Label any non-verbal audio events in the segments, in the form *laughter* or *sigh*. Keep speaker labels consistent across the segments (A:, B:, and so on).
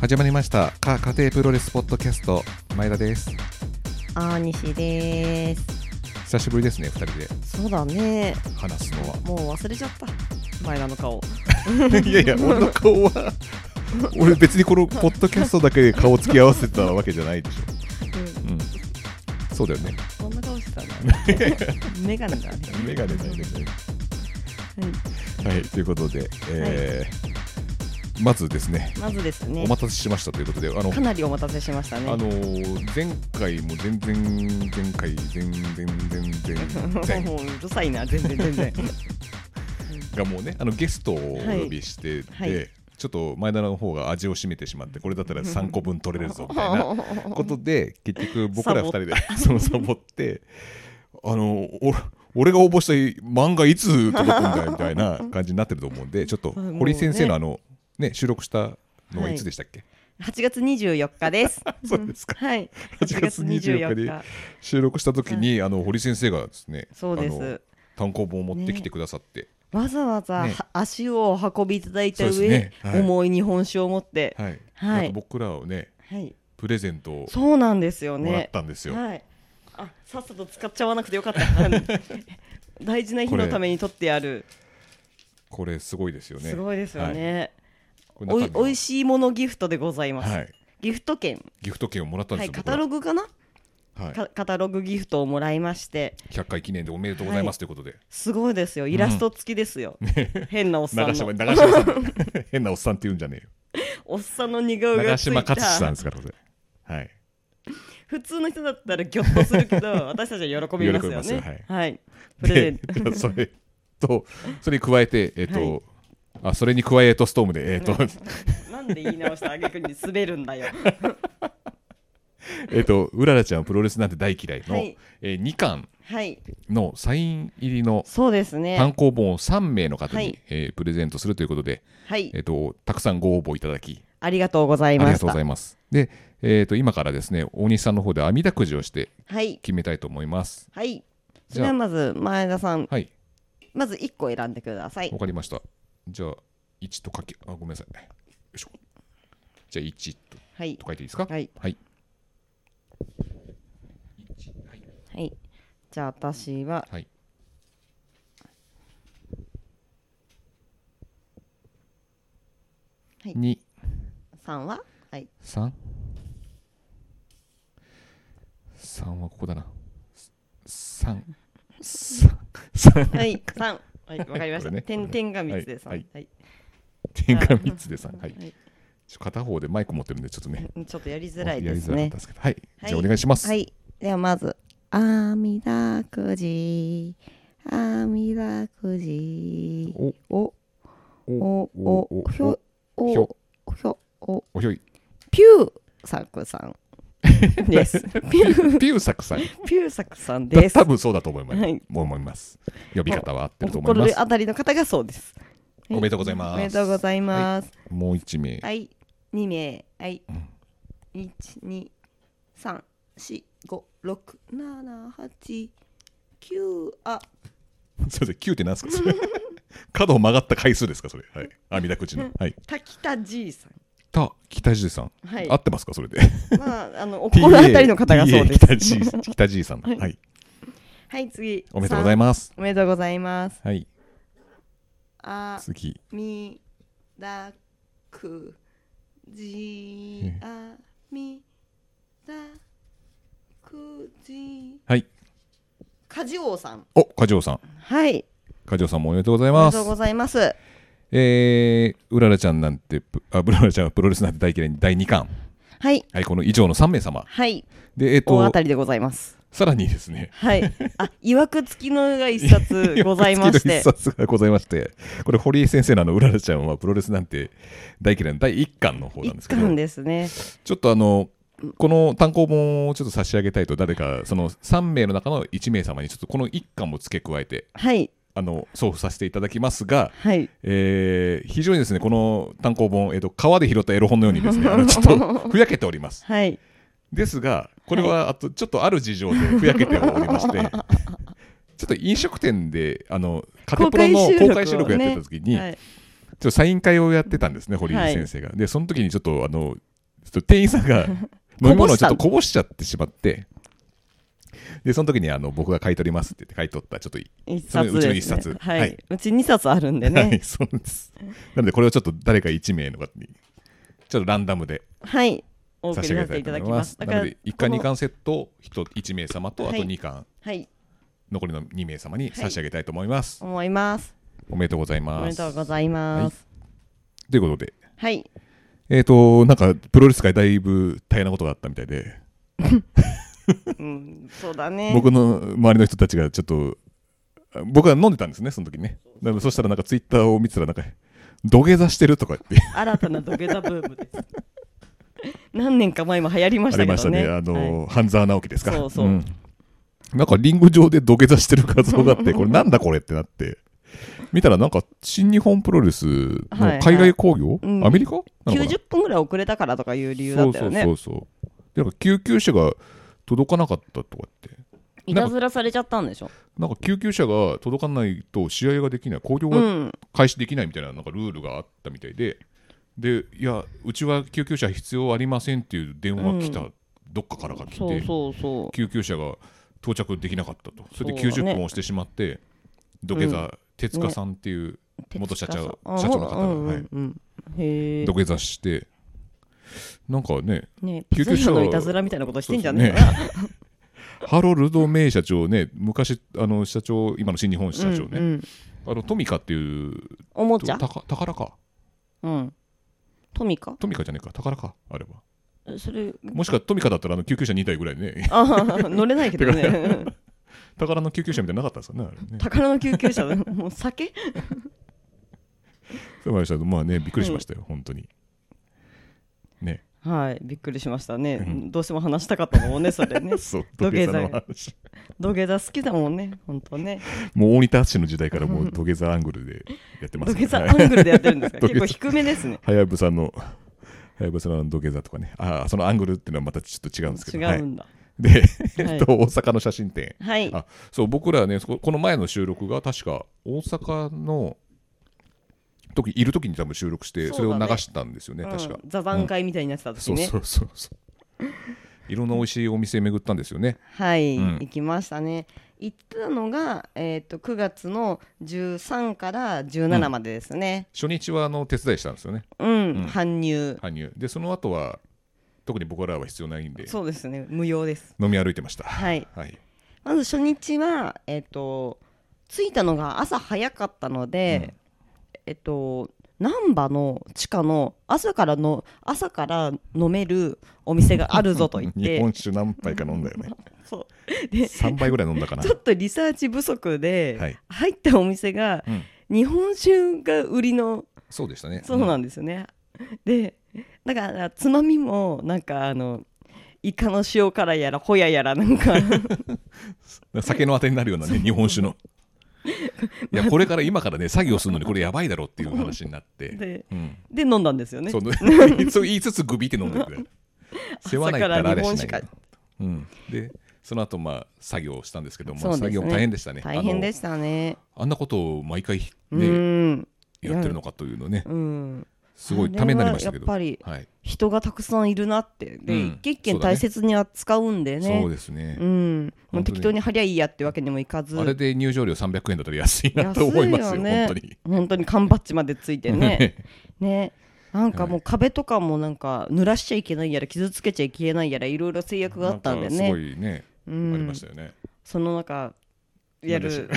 A: 始まりましたか家庭プロレスポッドキャスト前田です
B: あー西です
A: 久しぶりですね二人で
B: そうだね
A: 話すのは
B: もう忘れちゃった前田の顔
A: *laughs* いやいや *laughs* 俺の顔は俺別にこのポッドキャストだけで顔つき合わせたわけじゃないでしょ、
B: うん
A: うん、そうだよね
B: そんな顔してたんだ
A: *laughs*
B: メガネだね
A: 目が出ないで
B: は
A: すねはいということで、えーまずですね
B: いまずですね
A: お待たせしましたということであの
B: かなりお待たせしましたね
A: あのー前回も全然前回全然全然 *laughs* 前
B: *laughs* もううるさいな全然全然
A: *laughs* がもうねあのゲストをお呼びしてて、
B: はいはい
A: ちょっと前田の方が味を占めてしまってこれだったら3個分取れるぞみたい
B: *laughs*
A: なことで結局僕ら2人で *laughs* そのサボってあのお俺が応募した漫画いつ届くんだよみたい
B: *laughs*
A: な感じになってると思うんでちょっと
B: はい
A: 堀井先生の
B: も
A: あ
B: うね
A: の、ね、収録したのはいつでしたっけ、
B: 8月24日です
A: そうですか
B: はい
A: 8月24日に収録した時に、あの堀井先生がですね
B: そうで
A: あの
B: す
A: 単行本を持ってきてくださって、
B: わざわざ、
A: ね
B: 足をお運びいただいた
A: そう
B: 上、
A: ですねはい
B: 重い日本酒を持って、
A: はい
B: は
A: な
B: い
A: んか僕らをね
B: はい、
A: プレゼントを
B: そうなんですよ
A: もらっ
B: ね
A: たんですよ。
B: はい。あ、さっさと使っちゃわなくてよかった。 *laughs* 大事な日のために取ってある。
A: これすごいですよね。
B: すごいですよね。
A: はい。
B: おい、おい
A: し
B: しいものギフトでござい
A: い
B: ます。
A: はい。
B: ギフト券、
A: ギフト券をもらったん
B: は
A: です
B: い、
A: よ。
B: カ
A: 僕ら
B: タログかな、
A: はい。
B: かカタログギフトをもらいまして。
A: 100回記念でおめでとうございますということで。
B: すごいですよ。イラスト付きで
A: *laughs*
B: すよ。変なおっさん
A: 長島
B: の。
A: 長島さんだ。 *laughs* 変なおっさんって言うんじゃね
B: おっさんの似
A: え
B: 顔
A: よ。
B: 絵
A: 長
B: がつい
A: 島勝志さん
B: た
A: で。すからこれ。はい。
B: 普通の人だったらぎょっとする
A: *laughs*
B: けど、私たちは喜びます
A: 喜
B: よね。
A: びますよ
B: はい。プレゼント。
A: でそれとそれに加えてえっ
B: は
A: とあそれに加えとストームでえっと
B: なんで言い直した挙句に滑るんだよ。
A: *laughs* えっとうららちゃんはプロレスなんて大嫌いの
B: はい
A: えー2巻 *laughs*
B: はい。
A: のサイン入りの
B: そうですね。
A: 単行本を3名の方
B: は
A: に
B: い
A: えープレゼントするということで
B: はい
A: え。っとたくさんご応募いただき
B: ありがとうござ
A: あ
B: い
A: り
B: ま
A: が
B: し
A: とうござ
B: た。
A: います。で、えー、と今からですね、大西さんの方で網だくじをして
B: はい。
A: 決めたいと思います。
B: はい。そ
A: じ
B: れ
A: ゃ
B: は
A: あ、
B: まず、前田さん、
A: はい、
B: まず1個選んでください
A: わ。かりました。じゃあ、1と書き、あ、ごめんなさい。よいしょ。じゃあ、1と
B: はい
A: と。書いていいですか
B: はい。
A: はい。
B: はい。じゃあ、私は、
A: はい。
B: はい
A: 2、
B: 3は
A: *laughs*
B: はい。
A: 3。3はここだな。3。3。3。
B: はい。3。はい。わかりまし
A: これ
B: た。
A: ね
B: 点々が3つで3。
A: は
B: はいい。
A: 点が3つで3。はい。
B: はい
A: ちょ片方でマイク持ってるんで、ちょっとね。
B: ちょっとやりづらい
A: や
B: で
A: り
B: す
A: づらかっ
B: ね
A: た。ですけど。はい。
B: はい
A: じゃあ、お願いします。
B: はい。では、まず、あみだくじ。あみだくじ。
A: お
B: お、
A: お
B: お、お、ひょ、
A: ひょ
B: お、ひょ、お、
A: おひょい
B: ピューサクさん。
A: *laughs*
B: です。ピュー
A: ピューサクさん
B: ピューサクさんです。
A: 多分そうだと思います、
B: はい
A: 思います呼び方は合って
B: お
A: ると思いま
B: 心
A: す
B: 当たりの方がそうです。
A: おめでとうございます
B: おめでとうございます。
A: もう一名、
B: はい、二名、はい、一二三四五六七八九あ、
A: すいません9って何ですかそれ角を曲がった回数ですかそれはい網だくじのはい
B: 滝田じいさ
A: た北地さん、
B: ん。はい
A: 合。ってますかそれで
B: *laughs* まああのお心当たりの方がそうで
A: TA *laughs* 北
B: す。
A: 地
B: *laughs*
A: 北地さんは、
B: はいいはい、次。
A: おめでとうございます
B: す。おめでとうございます。
A: はい
B: あ
A: 次
B: みだくじあみだくじ
A: はい
B: 梶王さん。
A: お梶尾さん
B: はい。
A: 梶尾さんもおめでとうござい
B: あり
A: ま
B: が
A: す
B: とうございます。
A: えー、うららちゃんなんてプあうららちゃんはプロレスなんて大嫌いに第2巻
B: はい。
A: はいこの以上の3名様
B: はい。
A: でえっ、
B: 大当
A: と
B: たりでございます。
A: さらにですね
B: はい。 *laughs* あ、いわくつきのが一冊 *laughs* ございまして
A: 一。冊がございまして、これ、堀井先生のあのうららちゃんはプロレスなんて大嫌いの第1巻の方なんで
B: 一
A: すけど、
B: 巻ですね。
A: ちょっとあの、この単行本をちょっと差し上げたいと、誰か、その3名の中の1名様に、ちょっとこの1巻も付け加えて、
B: はい。
A: あの送付させていただきますが、
B: はい。
A: えー非常にですね、この単行本、えっと川で拾ったエロ本のようにですね、あのちょっ
B: *laughs*
A: とふやけております。
B: はい。
A: ですが、これはあとちょっとある事情でふやけておりま
B: *laughs*
A: して、ちょっと飲食店で、あの、カテプロの公開収録やってた時に、
B: はい。
A: ちょっとサイン会をやってたんですね、堀井
B: はい
A: 先生が。で、その時にちょっとあのちょっと店員さん
B: *laughs*
A: が飲み物をちょっとこぼしちゃってしまってでその時にあの僕が買い取りますって言って買い取ったちょっとい
B: 一
A: それ
B: 冊
A: うちの
B: で
A: 一
B: す、ね、
A: 冊
B: はい、
A: はい、
B: うち二冊あるんで
A: は
B: ね
A: い、そうです。なので、これをちょっと誰か1名の方に、ちょっとランダムで
B: はい、お送
A: 差
B: り
A: し上げ
B: させ
A: た
B: て
A: い
B: い
A: と思
B: ただ
A: い
B: き
A: ま。
B: ますすだ
A: な
B: か
A: の
B: ら
A: で、1巻、
B: こ
A: 2
B: の
A: 巻セットを人1名様と、あ
B: は
A: と
B: い
A: 2巻、
B: はい
A: 残りの2名様に
B: はい
A: 差し上げたいと思います。
B: 思います
A: おめでとうござい
B: お
A: ま
B: め
A: す。
B: でとうございます
A: ということで、
B: はい、
A: えっ、と、なんか、プロレス界だいぶ大変なことがあったみたいで、
B: うん、そうだね
A: 僕の周りの人たちがちょっと、あ僕は飲んでたんですね、その時ね。なのでそしたら、なんか、ツイッターを見てたら、なんか、土下座してるとかって
B: 新たな土下座ブームです何年か前も流行りまし
A: あ
B: た
A: り
B: け
A: ました
B: どね
A: ね、あ
B: はい
A: の、半沢直樹ですか。
B: そうそう
A: なんかリング上で土下座してる画像があって、これなんだこれってなって、見たらなんか新日本プロレスの海外興行、
B: いはいうん
A: アメリカなのかな
B: 90分ぐらい遅れたからとかいう理由だったよね
A: そうそうそうそう。でなんか救急車が届かなかったとかって、
B: いたずらされちゃったんでしょ
A: なんか救急車が届かないと試合ができない、興行
B: う
A: が
B: ん
A: 開始できないみたいななんかルールがあったみたいで、で、いや、うちは救急車必要ありませんっていう電話が来た、
B: う
A: どっかからが来て。
B: そうそうそ
A: 救急車が到着できなかったとそれで
B: そうだ
A: 90
B: ね
A: 分押してしまって、土下座、手塚さんっていう
B: う
A: 元社長
B: あ
A: 社長の方が
B: うんうん
A: はい
B: うんへえ
A: 土下座して、なんかね
B: ね
A: 救
B: 救
A: 急
B: 急
A: 車
B: 車
A: を
B: のいたずらみたいなことしてんじゃねえかな
A: *laughs* ハロルド・メイ社長ね昔あの社長今の新日本社長ね、
B: うんうん
A: あのトミカっていう
B: おも
A: と
B: ちゃ
A: たか宝か
B: うんトミカ
A: トミカじゃねえか宝かあれば
B: それ
A: もしくはトミカだったらあの救急車2台ぐらいね *laughs*
B: あー乗れないけどね
A: 宝の救急車みたいなのなかったんですよねあれね
B: 宝の救急車だもう酒
A: そう思いましたまあねびっくりしましたよ、本当にね
B: はいびっくりしましたね、
A: うん
B: どうしても話したかった
A: *laughs*
B: もんねそれね
A: そう土下
B: 土下
A: 座
B: 座
A: の話
B: 土下座好きだもんね本当ね
A: もう大仁田淳の時代からもう土下座アングルでやってます
B: 土
A: から
B: 下座
A: は
B: ア
A: い
B: ングルでやってるんです
A: *laughs*
B: か
A: 土下
B: 結
A: 座
B: 構低めですね
A: はやぶさのはやぶさの土下座とかねああそのアングルっていうのはまたちょっと違うんですけ
B: 違
A: ど、は
B: う
A: い、
B: んだ
A: で、
B: は
A: *laughs* え
B: い
A: っと大阪の写真展
B: はい
A: あそう僕らねそここの前の収録が確か大阪の時いる時に多分収録してそ
B: そ
A: れ
B: う
A: を
B: だ
A: 流
B: ね
A: したんですよね確か
B: うん、座談会みたいになってた時
A: そう
B: ね、
A: そうそうそういろんな美味しいお店巡ったんですよね
B: はい、
A: うん
B: 行きましたね行ってたのが、えー、と9月の13から17までですね
A: 初日はあの手伝いしたんですよね
B: うん、
A: うん
B: 搬入
A: 搬入でその後は特に僕らは必要ないんで
B: そうですね無料です
A: 飲み歩いてました
B: はい
A: はい
B: まず初日はえっ、と着いたのが朝早かったので、えっ、と難波の地下の朝からの朝から飲めるお店があるぞと言っ
A: *laughs* 日
B: て
A: 本酒何杯か飲んだよね
B: そう
A: 3杯ぐらい飲んだかな
B: *laughs* ちょっとリサーチ不足で、
A: はい
B: 入ったお店が
A: うん
B: 日本酒が売りの
A: そうでしたね
B: そうなんですよね。でだからつまみもなんかあのイカの塩辛やらホヤやらなんか
A: うん酒のあてになるようなね日本酒のいやこれから今からね作業するのにこれやばいだろっていう話になって
B: で
A: うん
B: で飲んだんですよね
A: そう
B: *laughs*
A: そう言いつつグビって飲んでくれ世話ないからあれしない
B: 朝から
A: け
B: 日
A: どうんでその後まあ作業をしたんですけども、
B: そうです
A: 作
B: ね
A: 業大変でしたね
B: 大変で
A: し
B: したね。
A: あのあんなことを毎回
B: う
A: ね
B: ん
A: やってるのかというのね
B: うん、
A: すごいためになりましたけど
B: あれはやっぱり
A: はい
B: 人がたくさんいるなってで、
A: うん
B: 一軒一軒
A: そうだね
B: 大切に扱うんでね
A: そうですね
B: うん、
A: 当
B: も
A: に
B: う適当に貼りゃいいやってわけにもいかず
A: あれで入場料300円だったら安いなと思いますよ、本当に。
B: 本当に缶バッジまでついてねねなんかもう壁とかもなんか濡らしちゃいけないやら傷つけちゃいけないやらいろいろ制約があったんで
A: なんかすご
B: ね
A: いね、
B: うん
A: ありましたよね。
B: その中や
A: なん
B: る
A: で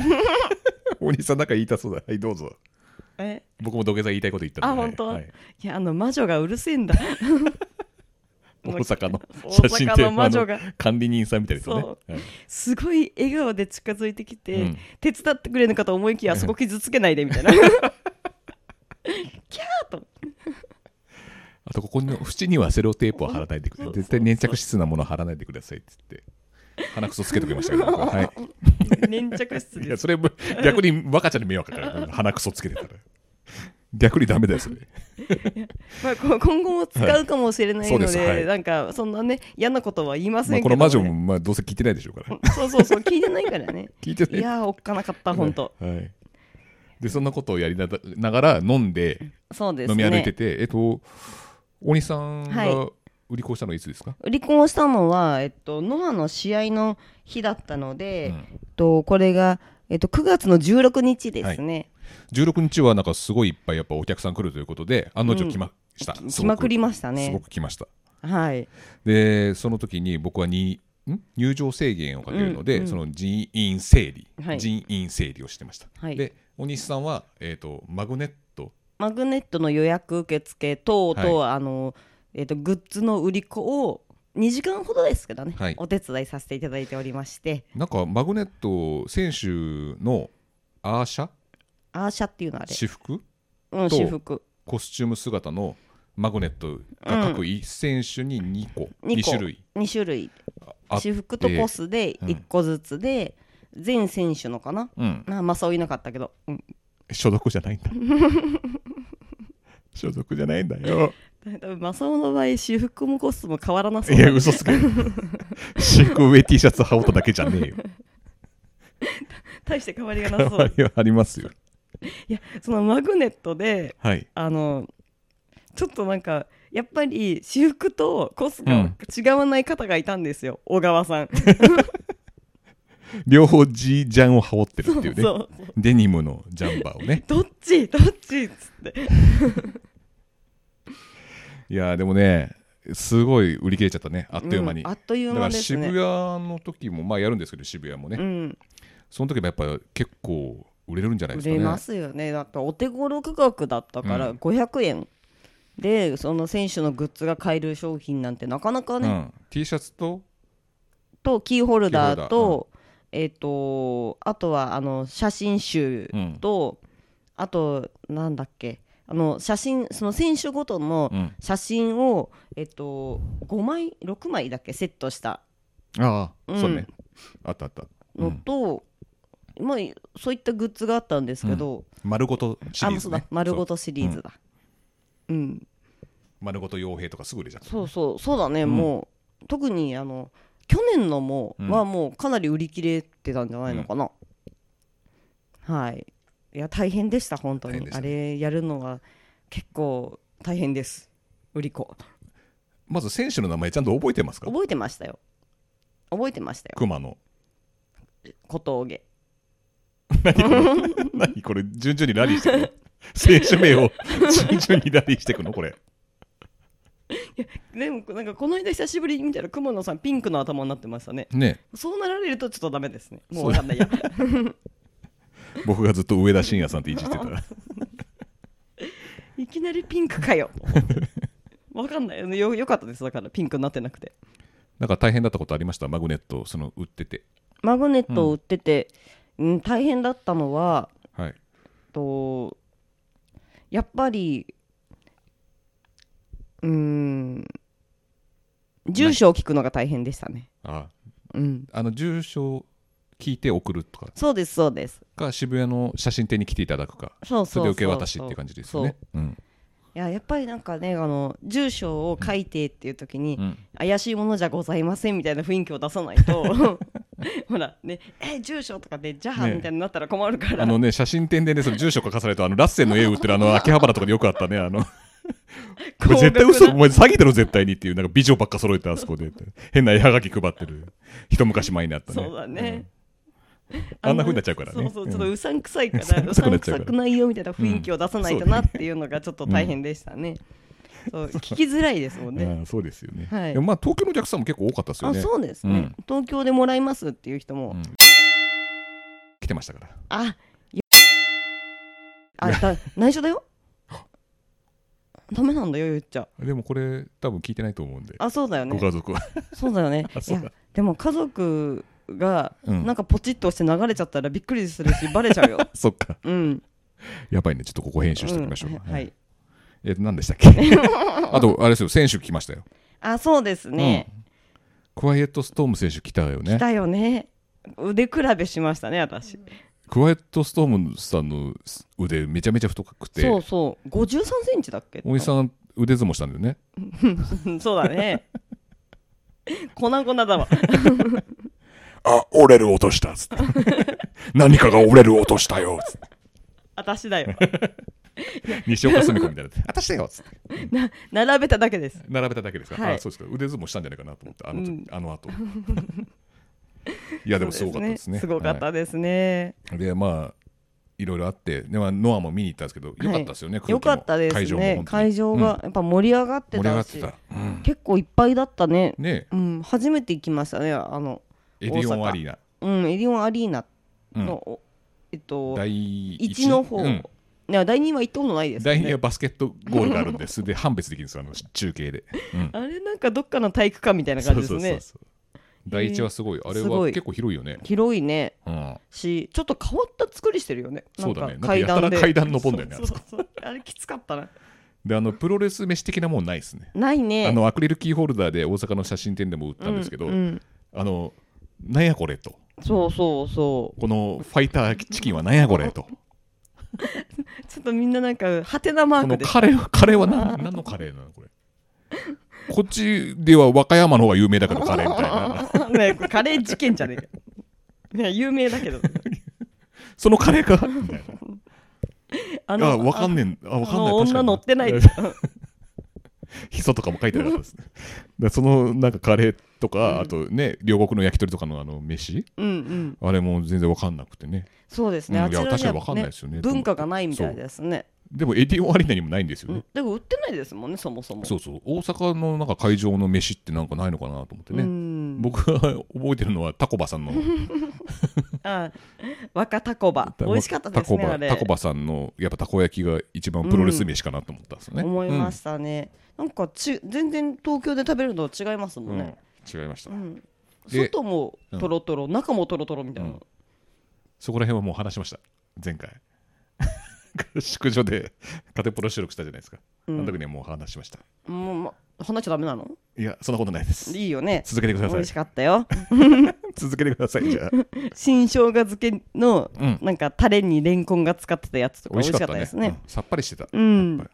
A: お兄さん、なんか言いたそうだ。はい、どうぞ。
B: *laughs* え
A: 僕も土下座言いたいこと言ったので、
B: あ本当
A: はい
B: いやあの魔女がうるせえんだ
A: 大阪の
B: 大
A: *laughs* 写真
B: 阪の魔
A: 展
B: 女
A: の
B: が
A: 管理人さんみたいですよね。
B: すごい笑顔で近づいてきて、
A: うん
B: 手伝ってくれるのかと思いきやそこ傷つけないでみた
A: *laughs*
B: いな
A: あと、ここの縁にはセロテープを貼らないでくれ。絶対粘着質なものを貼らないでくださいって言って。鼻くそつけときましたけど、僕は
B: *laughs*
A: はい。
B: 粘着質
A: い
B: で
A: や、
B: す
A: それも逆に若ちゃんに迷惑かか
B: *laughs*
A: る。鼻くそつけてたら。逆にダメだよ、それ。
B: まあ、こ今後も使うかもしれないので,、
A: はいそうですはい
B: なんかそんなね嫌なことは言いませ
A: まあ
B: んけ
A: こ
B: ど、ね
A: の魔女も、まあ、どうせ聞いてないでしょうから。
B: そうそうそう聞いてないからね
A: *laughs* 聞いて
B: い
A: ない
B: やーおっかなかった本当、
A: はい。で、そんなことをやりなながら飲んで、
B: そうです
A: 飲み
B: ね
A: 歩いてて、えっと、大西さんが、
B: はい
A: 売り越したのいつですか、
B: 離婚したのは、えっと、ノアの試合の日だったの
A: う
B: で、えっ
A: ん
B: と、これが、えっと、9月の16日ですね、
A: 16日はなんかすごいいっぱいやっぱお客さん来るということで案の定来ました、
B: き来まくりました
A: すご
B: ね
A: く来ました
B: はい
A: でその時に僕はにん入場制限をかけるので、
B: うんうん
A: その人員整理、
B: はい
A: 人員整理をしてました、
B: はい
A: で大西さんは、えー、とマグネット
B: マグネットの予約受付等々、あのえっとグッズの売り子を2時間ほどですけどね、
A: はい
B: お手伝いさせていただいておりまして
A: なんかマグネット選手のアーシャ
B: アーシャっていうのはあれ、
A: 私服
B: うん、
A: と
B: 私服
A: コスチューム姿のマグネットが各1選手に2個、
B: 二
A: 2
B: 個
A: 種類
B: 2種類
A: あ
B: 私服とコスで
A: うん
B: 1個ずつで、全選手のかな
A: うん
B: あマサオいなかったけど、うん、 *laughs*
A: 所属じゃ *laughs* ないんだ所属じゃないんだよ
B: 多分マサオの場合私服もコスも変わらなそう
A: いや嘘つけ私服上 T シャツ羽織っただけじゃねえ
B: *laughs*
A: よ
B: 大して変わりがな
A: 変
B: そ
A: わ
B: う
A: りはありますよ
B: いやそのマグネットで
A: はい
B: あのちょっとなんかやっぱり私服とコスが違わない方がいたんですよ、小川さん
A: 両方 G ジャンを羽織ってるっていうね
B: そう
A: デニムのジャンバーをね
B: どっちどっちっつって
A: いやーでもねすごい売り切れちゃったねあっという間に、
B: んあっという
A: だか
B: 間
A: ら
B: です
A: 渋谷
B: ね
A: の時もまあやるんですけど渋谷もね、
B: うん、
A: その時もやっぱ結構売れるんじゃない
B: 売
A: ですかね
B: れますよねだってお手頃価格だったか
A: う
B: ら
A: ん
B: 500円、でその選手のグッズが買える商品なんてなかなか
A: う
B: ね、
A: ん、T シャツと
B: とキーホルダ
A: キー
B: ー
A: ホ
B: と、えっ、とあとはあの写真集
A: うん
B: と、あとなんだっけあの写真その選手ごとの
A: うん
B: 写真を、えっと、5枚6枚だっけセットした
A: ああ、
B: うん
A: そうねあったあった、う
B: の
A: ん、
B: と、まあ、そういったグッズがあったんですけど、
A: 丸ごとシ
B: あ
A: リー
B: もう
A: ズ、
B: そう
A: ね
B: だ、丸ごとシリーズだうん、
A: そう丸ごと傭兵とかすぐ売れちゃった
B: そうそうそうだね、
A: うん
B: もう特にあの去年のも、
A: うん
B: はもうかなり売り切れてたんじゃないのかな、はいいや大変でした本当
A: 大
B: に、
A: 変でし
B: あ
A: たね
B: れやるのが結構大変です売り子
A: まず選手の名前ちゃんと覚えてますか
B: 覚えてましたよ覚えてましたよ
A: 熊野
B: 小峠
A: 何これ順々にラリーしてくの選手名を順々にラリーしてくのこれ
B: でもなんかこの間久しぶりに見たら熊野さんピンクの頭になってましたね
A: ね
B: そうなられるとちょっとダメですねもうわかんないや
A: 僕がずっと上田晋也さんっていじってた
B: いきなりピンクかよわかんないよよかったですだからピンクになってなくて
A: なんか大変だったことありましたマグネットその売ってて
B: マグネットを売ってて、うん大変だったのは
A: はい
B: とやっぱりうん住所を聞くのが大変でしたね、
A: あ
B: うん、
A: あの住所聞いて送るとか
B: そうですそうです
A: か渋谷の写真展に来ていただくか
B: そう
A: そ
B: そう
A: れで
B: そう
A: 受け渡しって感じですよねうん
B: いややっぱりなんかねあの住所を書いてっていう時に、
A: うん
B: 怪しいものじゃございませんみたいな雰囲気を出さない
A: *laughs*
B: とほらねえ住所とかでじゃあ、
A: ね
B: みたいになったら困るか
A: あ
B: ら
A: のね写真展でねその住所書かされたあのラッセンの絵を売ってるあの秋葉原とかでよくあったねあのこれ絶対嘘
B: 高額
A: お
B: な
A: 前詐欺だろ絶対にっていうなんか美女ばっか揃えてあそこでって変な絵はがき配ってる一昔前にあったね
B: そうだね、
A: うんあんな風になっちゃうからね
B: そうそうちょっとうさんくさいから、
A: うん
B: う
A: う
B: さ
A: さんく
B: んく
A: さくなっちゃうから
B: さくないよみたいな雰囲気を出さないとなっていうのがちょっと大変でしたね、そう聞きづらいですもんね、
A: ああそうですよね、
B: はい
A: でもまあ東京のお客さんも結構多かったですよ
B: あ
A: ね
B: そうですね、
A: うん
B: 東京でもらいますっていう人も、
A: うん来てましたから
B: あよあだ内緒だよダメなんだよ言っちゃ
A: でもこれ多分聞いてないと思うんで
B: あそうだよ
A: ご
B: ね
A: 家族は *laughs*
B: そうだよね
A: あ
B: い
A: そうだ
B: やでも家族が
A: うん
B: なんかポチッとして流れちゃったらびっくりするしバレちゃ
A: *laughs*
B: うよ
A: そっか
B: うん
A: やばいねちょっとここ編集してみましょう、
B: うんはい
A: えっと何で
B: *laughs*
A: したっけあとあれですよ選手来ましたよ、
B: あそうですね、
A: うんクワイエットストーム選手来たよね
B: 来たよね腕比べしましたね私
A: クワイエットストームさんの腕めちゃめちゃ太くて
B: そうそう5 3センチだっけ
A: おじさん腕相撲したんだよね
B: うんそうだね粉々だわ
A: あ折れる音 *laughs* したっつって何かが折れる音したよっつって
B: 私だよ
A: 西岡澄子みたいな私だよっつって
B: 並べただけです
A: 並べただけですから、
B: はい
A: あそうですか腕相撲したんじゃないかなと思ってあの時、
B: うん
A: あの後 *laughs* いやでもすごかったですね
B: そうすごかったですね、
A: はいでまあいろいろあってで、まあ、ノアも見に行ったんですけどよかったですよね、空気も
B: よかったですね
A: 会場も本当に
B: 会場がやっぱ盛り上がって
A: 盛り上が
B: た
A: っ
B: して
A: た、うん
B: 結構いっぱいだったね
A: ね
B: うん初めて行きましたねあの
A: エディオンアリーナ、
B: うんエディオンアリーナ
A: うん
B: の、おえっと
A: 第
B: 一の方
A: うん
B: いや第二は行ったことないですよ
A: 第
B: ね
A: 2はバスケットゴールがあるんです
B: *laughs*
A: で判別できるんですよあの中継で、うん
B: あれなんかどっかの体育館みたいな感じですね
A: そう第1はすごい、あれ
B: すご
A: はい結構広いよね、
B: 広いね
A: うん、
B: しちょっと変わった作りしてるよねなん
A: そうだ
B: か
A: ねなんか
B: 階
A: やたら
B: 段で
A: 階段登んだよね
B: そうそうそうあれきつかったな
A: であのプロレス飯的なもんないですね
B: ないね
A: あのアクリルキーホルダーで大阪の写真展でも売ったんですけど、
B: ううん
A: あのなんやこれと
B: そうそう
A: *laughs*
B: そう
A: このファイターチキンはなんやこれと
B: ちょっとみんななんかハテナマ
A: こ
B: ーク
A: の
B: で
A: カレーはカレーは何何のカレーなのこれこっちでは和歌山の方が有名だけどカレーみたいな
B: *laughs* ねこれカレー事件じゃねえかね有名だけど
A: そのカレーかみたいな
B: あ
A: あ分かんねえんあ分かんない
B: あの
A: 確か
B: 女
A: に
B: 乗ってない
A: ヒ素とかも書いてなかったですね *laughs* だからそのなんかカレーとか、
B: うん
A: あとね両国の焼き鳥とかのあの飯
B: *laughs* うんうん
A: あれも全然分かんなくてね
B: そうですね
A: うん
B: あちら
A: いや確かにわかんないですよね
B: 文化がないみたいですね
A: でもエディオンアリーナにもないんですよ
B: う
A: ね、
B: んでも売ってないですもんねそもそも
A: そうそう大阪のなんか会場の飯ってなんかないのかなと思ってね、
B: ん
A: 僕が *laughs* 覚えてるのはタコバさんの
B: あ若タコバ *laughs* 美味しかったですね
A: タコバ
B: あれ
A: タコバさんのやっぱたこ焼きが一番プロレス飯かなと思ったんですよね、
B: 思いま
A: し
B: したね、なんかち全然東京で食べるのと違いますもんね、
A: 違いました、
B: うん
A: で
B: 外もトロトロ、中もトロトロみたいな、
A: うんそこら辺はもう話しました前回 *laughs* 合宿所でカテプロ収録したじゃないですか、
B: うん
A: あの時にはもう話しました
B: もう、ま、話しちゃダメなの
A: いやそんなことないです
B: いいよね
A: 続けてくだ
B: 美
A: さい
B: 味しかったよ
A: 続けてくださいじ
B: *laughs*
A: ゃあ、
B: 新生姜漬けの
A: うん
B: なんかタレにレンコンが使ってたやつとか
A: 美
B: 美
A: 味
B: 味
A: しか
B: し
A: っ
B: かったた
A: ね
B: です
A: うん
B: ね
A: さっぱりしてた、
B: うん
A: やっぱり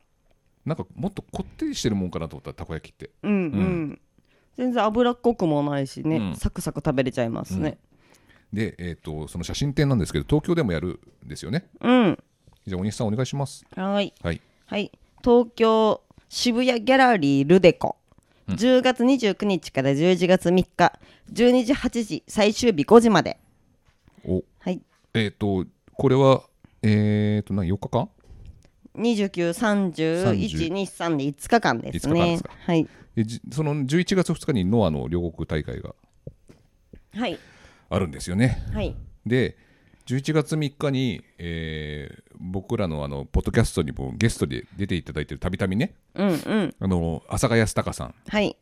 A: なんかもっとこってりしてるもんかなと思ったらたこ焼きって
B: うんうん、全然脂っこくもないしね、
A: うん
B: サクサク食べれちゃいますね
A: で、えー、とその写真展なんですけど東京でもやるんですよね
B: うん、
A: じゃあお西さんお願いします
B: はーい
A: はい
B: はい、東京渋谷ギャラリールデコ、
A: うん
B: 10月29日から11月3日12時8時最終日5時まで
A: お
B: はい
A: えっ、とこれはえっ、と何4日間
B: 293123で5日間です
A: 5日間
B: ね
A: ですか
B: はい
A: でじその11月2日にノアの両国大会が
B: はい
A: あるんですよね
B: はい
A: で11月3日に、えー僕らのあのポッドキャストにもゲストで出ていただいてるたびたびね
B: うんうん
A: あの阿佐ヶ谷隆さん
B: はい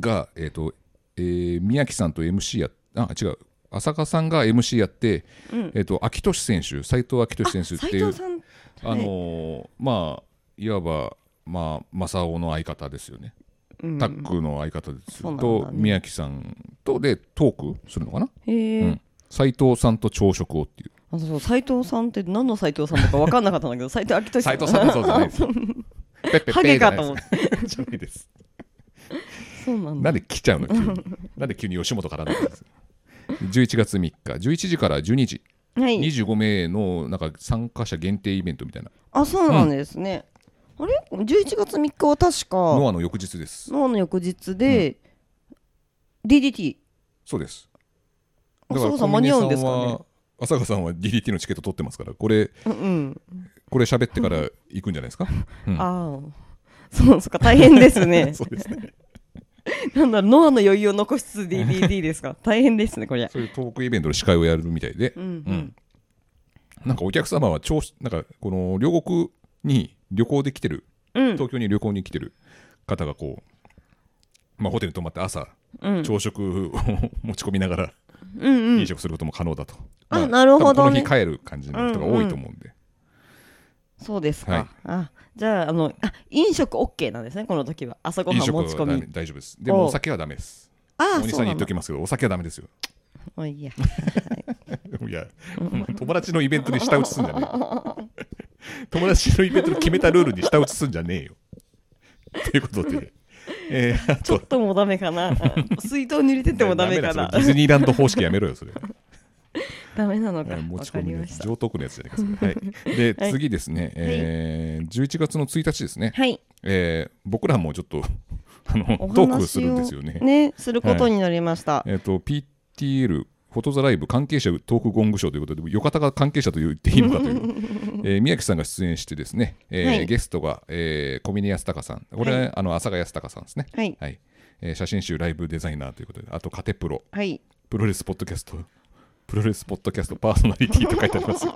A: が、えーとえー宮城さんと MC やあ違う浅香さんが MC やって、えー、と秋俊選手斎藤秋俊選手って
B: 斉
A: いう
B: 藤さん
A: あのーまあいわば、まあ、正雄の相方ですよね、タックの相方です
B: そうなんだね
A: と宮城さんとでトークするのかな
B: へえ、
A: うん斎藤さんと朝食をっていう
B: あそう斉藤さんって何の斉藤さんだか分かんなかったん
A: *laughs*
B: だけど斉藤明俊さ
A: 斎
B: ん
A: 藤さんのそうじゃないですよペッペッペ
B: ハゲかと思っ
A: じゃ
B: て
A: ないですじゃないです
B: そうなんだ
A: なんで来ちゃうの急になんで急に吉本からなん
B: *laughs*
A: です11月3日11時から12時
B: はい
A: 25名のなんか参加者限定イベントみたいな
B: あそうなんですね、あれ11月3日は確か
A: ノアの翌日です
B: 脳の翌日で、DDT
A: そうです
B: あそうそう間に合うんですか
A: 小峰
B: ね
A: さんは浅香さんは DDT のチケット取ってますからこれ
B: うんうん
A: これ喋ってから行くんじゃないですか、
B: *laughs*
A: うん
B: ああそうそうか大変です
A: *laughs*
B: ね
A: そうですね
B: *laughs* なんだろうノアの余裕を残しつつ DDT ですか大変ですねこれ
A: そういうトークイベントの司会をやるみたいで、
B: うん
A: うんなんかお客様は調子なんかこの両国に旅行で来てる
B: うんうん
A: 東京に旅行に来てる方がこう、まあ、ホテルに泊まって朝
B: うん
A: 朝食を *laughs* 持ち込みながら
B: うんうん
A: 飲食することも可能だと、
B: あ
A: ま
B: なるほどね
A: 多分この日帰る感じの人が多いと思うんで、
B: そうですか、
A: はい
B: あじゃああのあ飲食 OK なんですねこの時は朝ごはん
A: 飲
B: 持
A: 食は
B: ち
A: ダ
B: 込
A: メ
B: み
A: 大丈夫ですでも
B: おう
A: お酒はダメです
B: あ
A: 大
B: あ
A: 西
B: そ
A: さんに言っ
B: うなん
A: と
B: だ
A: きますけどお酒はダメですよ *laughs*
B: もういいや
A: いや友達のイベントに舌打ちすんじゃねえよ *laughs* 友達のイベントの決めたルールに舌打ちすんじゃねえよということで、えー、あ
B: ちょ
A: と
B: っともう *laughs* ダメかな水筒に入れてってもダメかな
A: それディズニーランド方式やめろよそれ
B: *laughs* ダメなの
A: え
B: か
A: ー持
B: わ
A: ち
B: か
A: 込み
B: り
A: の
B: ま
A: や
B: し
A: つ
B: た
A: 上徳のやつじゃないかそれはい、で、
B: *laughs* はい
A: 次ですね、えー、11月の1日ですね、
B: はい
A: えー僕らもちょっとあの
B: お話を
A: トークするんですよね
B: ねすることになりました、
A: えっ、と PTL フォトザライブ関係者トークゴングショーということで、よかたが関係者と言っていいのかと
B: *laughs*
A: いう、えー宮城さんが出演してですね、えー
B: はい
A: ゲストが、えー、小峰康隆さん、これは、あの浅賀康隆さんですね、
B: はい
A: えー写真集ライブデザイナーということで、あとカテプロ、
B: はい、
A: プロレスポッドキャスト、プロレスポッドキャストパーソナリティと書いてあり
B: *laughs*
A: ます。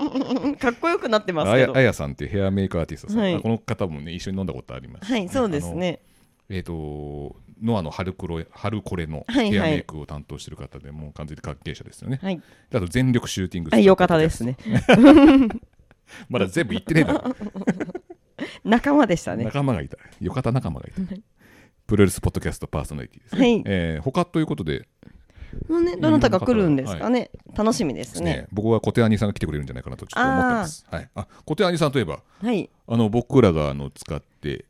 B: うんかっこよくなってます
A: あ
B: け
A: や
B: ど
A: あやさんっていうヘアメイクアーティストさん、
B: はい
A: あこの方もね一緒に飲んだことあります、
B: はいそうですね
A: えっ、と、ノアの春黒春これの
B: はいはい
A: ヘアメイクを担当してる方で、もう完全に関係者ですよね。
B: はい
A: あと全力シューティングス
B: あ
A: ター
B: よかったですね
A: まだ全部言ってねえだろ。
B: 仲間でした *laughs* ね
A: 仲間がいた。よかった仲間がいた。プロレスポッドキャストパーソナリティですね。
B: はい
A: えー他ということで
B: もうねどなたが来るんですかね、楽しみで
A: ですす
B: ね
A: ね、僕は小手兄さんが来てくれるんじゃないかなとちょっと思ってます。はい、あ小手兄さんといえば、
B: はい
A: あの僕らがあの使って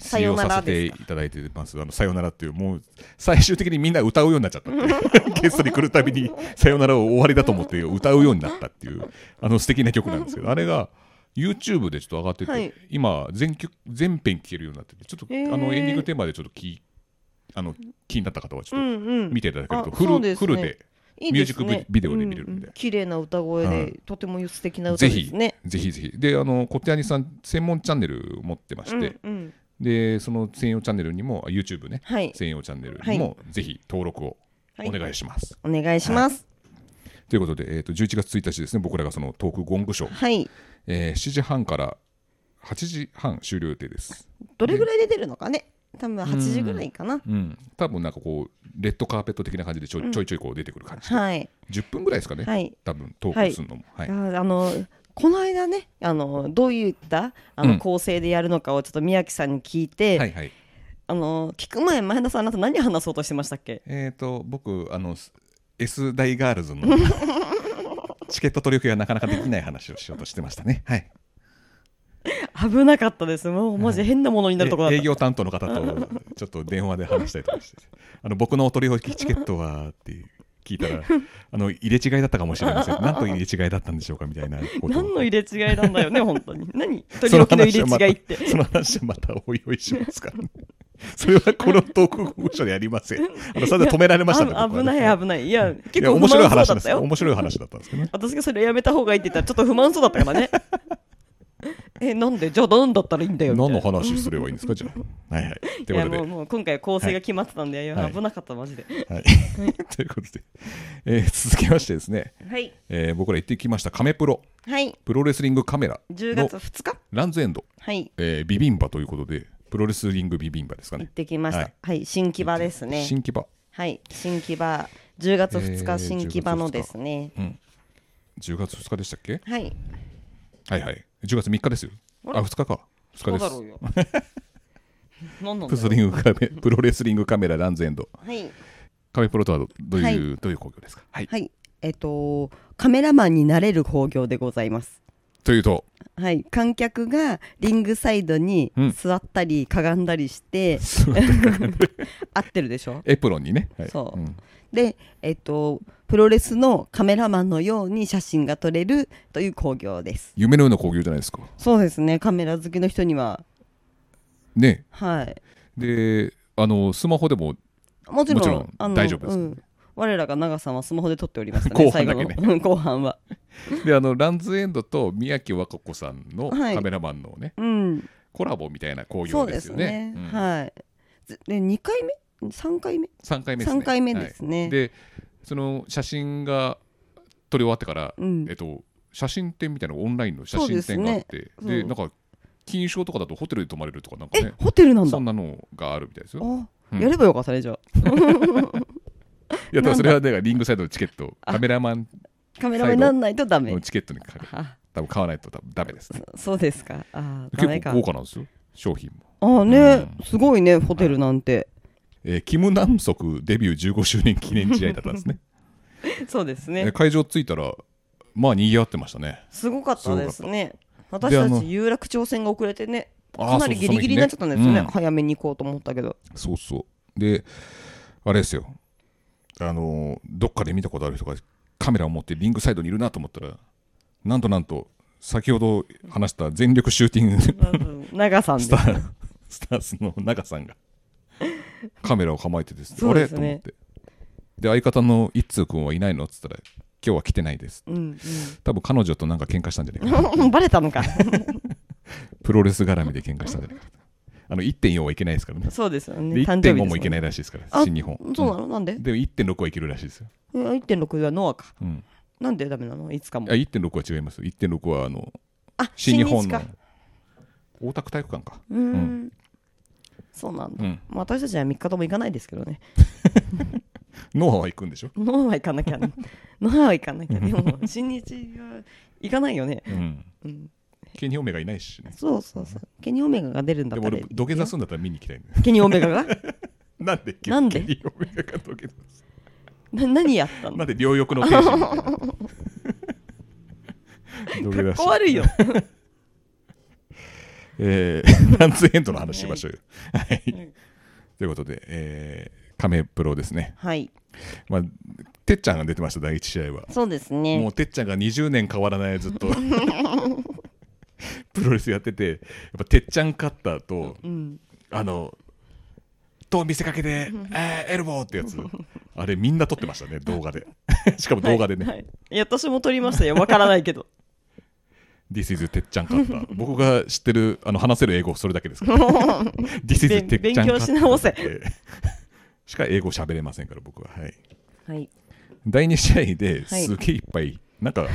B: さ
A: 使
B: よ
A: 用
B: な
A: さ
B: ら
A: せて
B: です
A: い
B: か
A: ただいてます。あのさよならっていうもう最終的にみんな歌うようになっちゃったって
B: *laughs*
A: いうゲストに来るたびにさよならを終わりだと思って歌うようになったっていうあの素敵な曲なんですけどあれが YouTube でちょっと上がってて、
B: はい
A: 今全曲全編聴けるようになっててちょっと、
B: へー
A: あのエンディングテーマでちょっときあの気になった方はち
B: う
A: ょっ
B: んう
A: と
B: ん
A: 見ていただけると、
B: あ
A: フ
B: そう
A: ル
B: です
A: フ
B: ね
A: ルで
B: いいですね
A: ミュージックビデオで見れるんで
B: うう綺麗な歌声で、
A: はい
B: とても素敵な歌
A: ぜ
B: で
A: ひ
B: すね
A: ぜひぜひであの小手兄さん専門チャンネル持ってまして。
B: うんうん、
A: でその専用チャンネルにもあ YouTube ね、
B: はい
A: 専用チャンネルにもぜひ登録を
B: はい
A: お願いします。
B: お願いします
A: ということで、えー、と11月1日ですね僕らがそのトークゴングショー、
B: はい、
A: えー7時半から8時半終了予定です。
B: どれぐらいで出るのかね多分8時ぐらいかな
A: うん、多分なんかこうレッドカーペット的な感じでちょ,、いちょいちょいこう出てくる感じで、
B: はい
A: 10分ぐらいですかね、
B: はい
A: 多分トークするのも。はい
B: いやあのこの間ねあのどういったあの、
A: うん
B: 構成でやるのかをちょっと宮城さんに聞いて、
A: はいはい
B: あの聞く前前田さんあなた何話そうとしてましたっけ *laughs*
A: えっ、と僕あの S 大ガールズ
B: *laughs*
A: のチケット取り置きがなかなかできない話をしようとしてましたね。はい
B: 危なかったですもうマジで変なものになるとこだった、
A: え営業担当の方と *laughs* ちょっと電話で話したりとかしてあの僕のお取り置きチケットはって聞いた
B: *laughs*
A: らあの入れ違いだったかもしれません何と入れ違いだったんでしょうかみたいなことを
B: 何の入れ違いなんだよね本
A: *laughs*
B: 当に何取
A: その
B: り置き
A: 話
B: の
A: はま
B: 入
A: た
B: れ違いって
A: その話はまたおいおいしますから、ね、 *laughs* それはこのトーク部署でやりませんあのそれで止められましたね
B: あ
A: 僕
B: 危
A: はね
B: ない危ないいや
A: い
B: 結
A: や
B: 構
A: 面
B: 不
A: 白い
B: 満そう
A: 話なん
B: だ
A: で
B: った
A: すよ
B: よ
A: 面白い話だったんですけどね
B: 私がそれやめた方がいいって言ったらちょっと不満そうだったからね *laughs* えなんで *laughs* じゃあ何だったらいいんだよみたい
A: 何
B: な
A: の話すればいいんですかじゃあはいはいと
B: い
A: いう
B: や
A: こと
B: も
A: で
B: うもう今回は構成が決まってたんで、いや
A: はい
B: 危なかったマジで
A: はい、 *laughs* ということで、えー続きましてですね、
B: はい
A: えー僕ら行ってきましたカメプロ
B: はい
A: プロレスリングカメラ
B: 10
A: の
B: 月2日
A: ランズエンド、
B: はい
A: えービビンバということでプロレスリングビビンバですか
B: 行っ
A: ね
B: てきました
A: は
B: はいい、新木場ですね
A: 新規場
B: はい新木場10月2
A: えー
B: 日新木場のですね、
A: 10月2日でしたっけ
B: はい
A: はいはい10月3日ですよあ2日か2日
B: そう
A: です
B: だろうよ *laughs* 何なん
A: プロレ
B: だ
A: ス
B: よ
A: リングカメ *laughs* プロレスリングカメラランズエンド
B: はい
A: カメプロとはどういう、
B: はい
A: どういう工業ですかはい、
B: はいえっ、とカメラマンになれる興行でございます
A: というと
B: はい観客がリングサイドに
A: うん
B: 座ったりかがんだ
A: *laughs*
B: りして、 *laughs* 合ってるでしょ
A: エプロンにね、はい
B: そう
A: うん
B: で、えっと、プロレスのカメラマンのように写真が撮れるという興行です。
A: 夢のような興行じゃないですか
B: そうですね、カメラ好きの人には、
A: ね
B: はい、
A: であのスマホでも
B: もち
A: も
B: ろん
A: ちろん
B: あの
A: 大丈夫です
B: うん我らが長さんはスマホで撮っておりました
A: 後
B: ね、
A: 半
B: 最
A: だ
B: 後
A: けね
B: の後半は。
A: であのランズエンドと宮城和子子さんの
B: はい
A: カメラマンのね、
B: うん、
A: コラボみたいな興
B: そ
A: 行
B: う
A: で
B: ですす
A: よ
B: ね
A: ね。、うん
B: はい。ずで、2回目 ?3 回目
A: 3回目ですね。
B: 三回目ですね
A: はいでその写真が撮り終わってから、
B: うん
A: えっと、写真展みたいなオンラインの写真展があって
B: そ
A: で,、
B: うですねうん
A: なんか金賞とかだとホテルで泊まれるとかなんか
B: え、
A: ね
B: ホテルなんだ
A: そんなのがあるみたいですよ。
B: あ、
A: うん
B: やればよかった
A: *laughs*
B: ね、じゃあ。
A: いやだからそれはだからリングサイドのチケットカメラマン
B: カメラマンになんないとダメ
A: の。チケットにかけ
B: あ
A: 多分買わないと多分ダメですね。
B: そうですか。あー、ダメ
A: 結
B: か。
A: 構豪華なんですよ商品も。
B: あーね、
A: うん
B: すごいね、ホテルなんて。
A: えーキム・ナムソクデビュー15周年記念試合だったんですね。
B: そうです
A: え
B: *laughs* ね
A: ー。会場着いたらまあ賑わってましたね。
B: すごかったですね。
A: ったで
B: 私
A: あ
B: た
A: の
B: ち有楽町線が遅れてね、
A: あー
B: かなり
A: そうそ
B: ギ
A: う
B: リギリになっちゃったんですよ
A: その日
B: ね。
A: ねうん
B: 早めに行こうと思ったけど。
A: そうそう。で、あれですよ。あの、どっかで見たことある人がカメラを持ってリングサイドにいるなと思ったらなんとなんと先ほど話した全力シューティング
B: 長さんで
A: ス
B: す
A: タースタースの中さんがカメラを構えてです
B: そうです
A: あれと思っ
B: ね
A: てで相方の一通君はいないのっつったら今日は来てないです
B: うん
A: 多分彼女となんか喧嘩したんじゃないかな
B: うん、 *laughs* バレたのか
A: プロレス絡みで喧嘩したんじゃないかなあの1.4はいけないですからね
B: そうですよ
A: で
B: ね誕生日です
A: 1.5もいけないいらしいですから
B: あ
A: 新日本
B: そうなのなんで
A: うんでも1.6はいけるらしいですよ、
B: え1.6はノアか
A: うん、
B: なんでダメなのいつかも
A: あ1.6は違います1.6はあの
B: あ
A: 新日本
B: 日
A: の
B: か
A: 大田区体育館か、
B: うーん、
A: うん
B: そうなんだ、
A: うん、
B: まあ、私たちは3日とも行かないですけどね
A: ノアは行くんでしょ、
B: ノアは行かなきゃ *laughs* ねノアは行かなきゃでも新日は行かないよね、
A: うん、
B: うん、
A: ケニーオメガいないしね
B: そうそうそう *laughs* ケニーオメガが出るんだ
A: で
B: っ
A: も
B: たら
A: 俺土下座するんだったら見に行きた
B: *laughs*
A: いね
B: ケニーオメ
A: *laughs*
B: ガが
A: なんでケ
B: なんで
A: ケニーオメガが土下座す
B: な何やった
A: る
B: の
A: なんで両翼の天使みたいな
B: *laughs*
A: 土下
B: か
A: 座
B: っ
A: し
B: こ悪いよ
A: *laughs* えー、ランツエンドの話しましょうよ。はい、
B: ん
A: ということで、えー、カメプロですね、
B: はい
A: まあ。てっちゃんが出てました、第一試合は。
B: そうです
A: も
B: ね
A: うてっちゃんが20年変わらない、ずっ
B: *laughs*
A: と。プロレスやってて、やっぱてっちゃんカッターと、
B: うん
A: あの、と見せかけて、えーエルボーってやつ、あれ、みんな撮ってましたね、動画で。 *laughs* しかも動画でね、
B: はいはいいや私も撮りま
A: *laughs*
B: したよわからないけど
A: This is てっちゃんカッター。僕が知ってる、あの話せる英語、それだけですから。This is
B: 勉
A: てっちゃんカッター
B: 勉強し直せ
A: って *laughs* しか英語喋れませんから、僕は。はい、
B: はい
A: 第2試合で
B: はい
A: すげえいっぱい、なんか、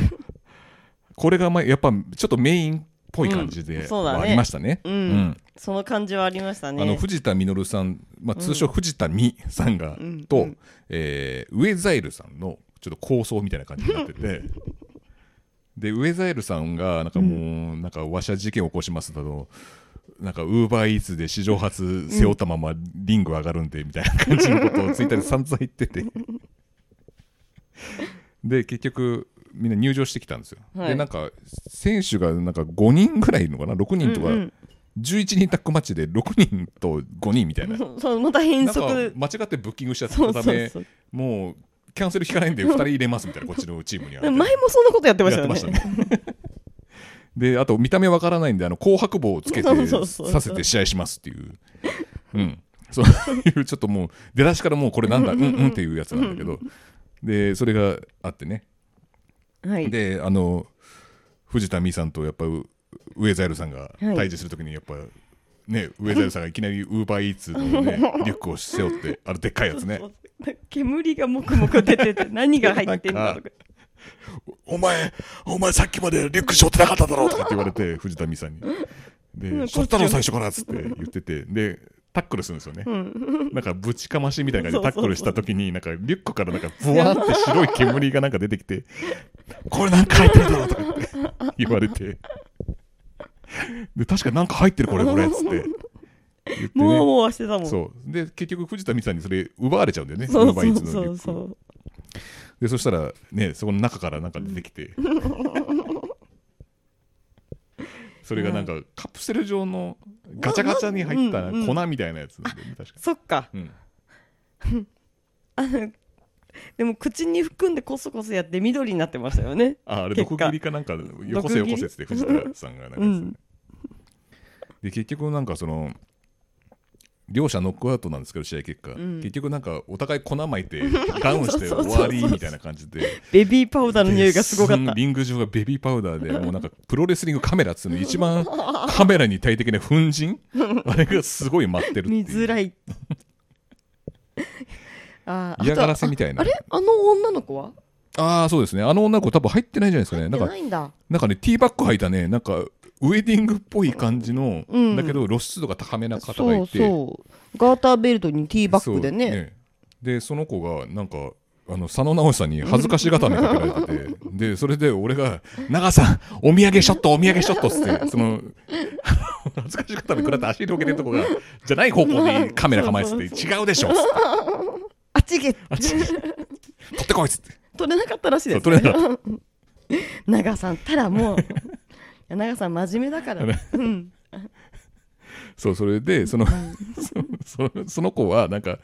A: *laughs* これがまあやっぱちょっとメインっぽい感じで、
B: うんそうだね
A: ありましたね。
B: うん、
A: うん
B: その感じはありましたね
A: あの藤田実さん、まあ、通称藤田美さんが、
B: うん
A: と、
B: うん
A: えーウェザイルさんのちょっと構想みたいな感じになって
B: *laughs*
A: てでウェザイルさんがなんかもう、なんか和射事件を起こしますだとなんかウーバーイーツで史上初背負ったままリング上がるんでみたいな感じのことをツイッターで散々言って
B: *laughs*
A: てで結局みんな入場してきたんですよ、
B: はい
A: でなんか選手がなんか5人ぐらいいるのかな6人とか、
B: うんうん
A: 11人タッグマッチで6人と5人みたいな。
B: そうそうまた変
A: なんか
B: 則
A: 間違ってブッキングしちゃった
B: そうそ
A: た
B: う
A: め
B: そう
A: もうキャンセル引かないんで2人入れますみたいなこっちのチームには
B: 前もそんなことやってました
A: や
B: よ
A: って
B: ね
A: ましたねであと見た目わからないんであの紅白棒をつけて
B: そうそうそう
A: させて試合しますっていううんそういうちょっともう出だしからもうこれなんだうんうんっていうやつなんだけどでそれがあってね
B: はい
A: であの藤田美さんとやっぱウウェザイルさんが
B: はい
A: 対峙するときにやっぱ、ねウェザイルさんがいきなりウーバーイーツの、
B: *laughs*
A: ね、リュックを背負ってあのでっかいやつね
B: そうそう煙がもくもく出
A: *laughs*
B: てて何が入ってんだとか
A: お前、お前さっきまでリュック背負ってなかっただろうと *laughs* かって言われて、藤田美さんに。
B: う
A: で、
B: ん
A: 背負ったの最初からっつって言ってて、で、タックルするんですよね。なんかぶちかましみたいな感じでタックルした時に、なんかリュックからなんかブワーって白い煙がなんか出てきて、 *laughs* これなんか入ってるだろうとかって言われて。で、確かなんか入ってるこれこれっ *laughs* つって。言ってね
B: もわもわしてたもん
A: そう。で、結局藤田美さんにそれ奪われちゃうんだよね。
B: そう
A: ウーバーイーツの
B: そ
A: リュ
B: う
A: ック
B: そ
A: を
B: う
A: でそしたらねそこの中からなんか出てき
B: *laughs*
A: てそれがなんかカプセル状のガチャガチャに入った
B: うんうん
A: 粉みたいなやつなんだよね確か
B: そっか
A: に、うん
B: あのでも口に含んでコソコソやって緑になってましたよね
A: ああれ
B: 結果
A: 毒切りかなんかよこせよこせっつって藤田さんがなんか
B: う
A: やつ
B: ん
A: で結局なんかその両者ノックアウトなんですけど試合結果、
B: ん
A: 結局なんかお互い粉まいてダウン
B: *laughs*
A: して終わりみたいな感じで
B: ベビーパウダーの匂いがすごかっ
A: で
B: た
A: リング上がベビーパウダーで、もうなんかプロレスリングカメラっつうの一番カメラに対的な粉
B: *laughs*
A: 塵あれがすごい舞ってるってい
B: 見
A: う。
B: づらいあーあと
A: 嫌がらせみたいな。
B: あれあの女の子は
A: ああ、そうですね。あの女の子多分入ってないんじゃないですかね。なん
B: 入って
A: か
B: な、いんだ
A: なんかね、ティーバッグ履いたね、なんか、ウェディングっぽい感じの、
B: うん
A: だけど露出度が高めな方が
B: そ
A: いうて。
B: そうガーターベルトにティーバッグで
A: そう
B: ね
A: でその子がなんかあの佐野直さんに恥ずかしがたみかけられててでそれで俺が「長さんお土産ショットお土産ショット」っつってその恥ずかしがたみ食らって足にどけてるとこがじゃない方向にカメラ構えてて「違うでしょ」っつって
B: あっちげ
A: あっちに「取ってこい」っつって
B: *laughs* 取れなかったらし
A: そ
B: いで
A: う取れ
B: す
A: なかっ
B: 長さんたらもう *laughs* いや長さん真面目だから
A: ね
B: うん
A: *laughs* たそうそれでそのそそのその子はなんか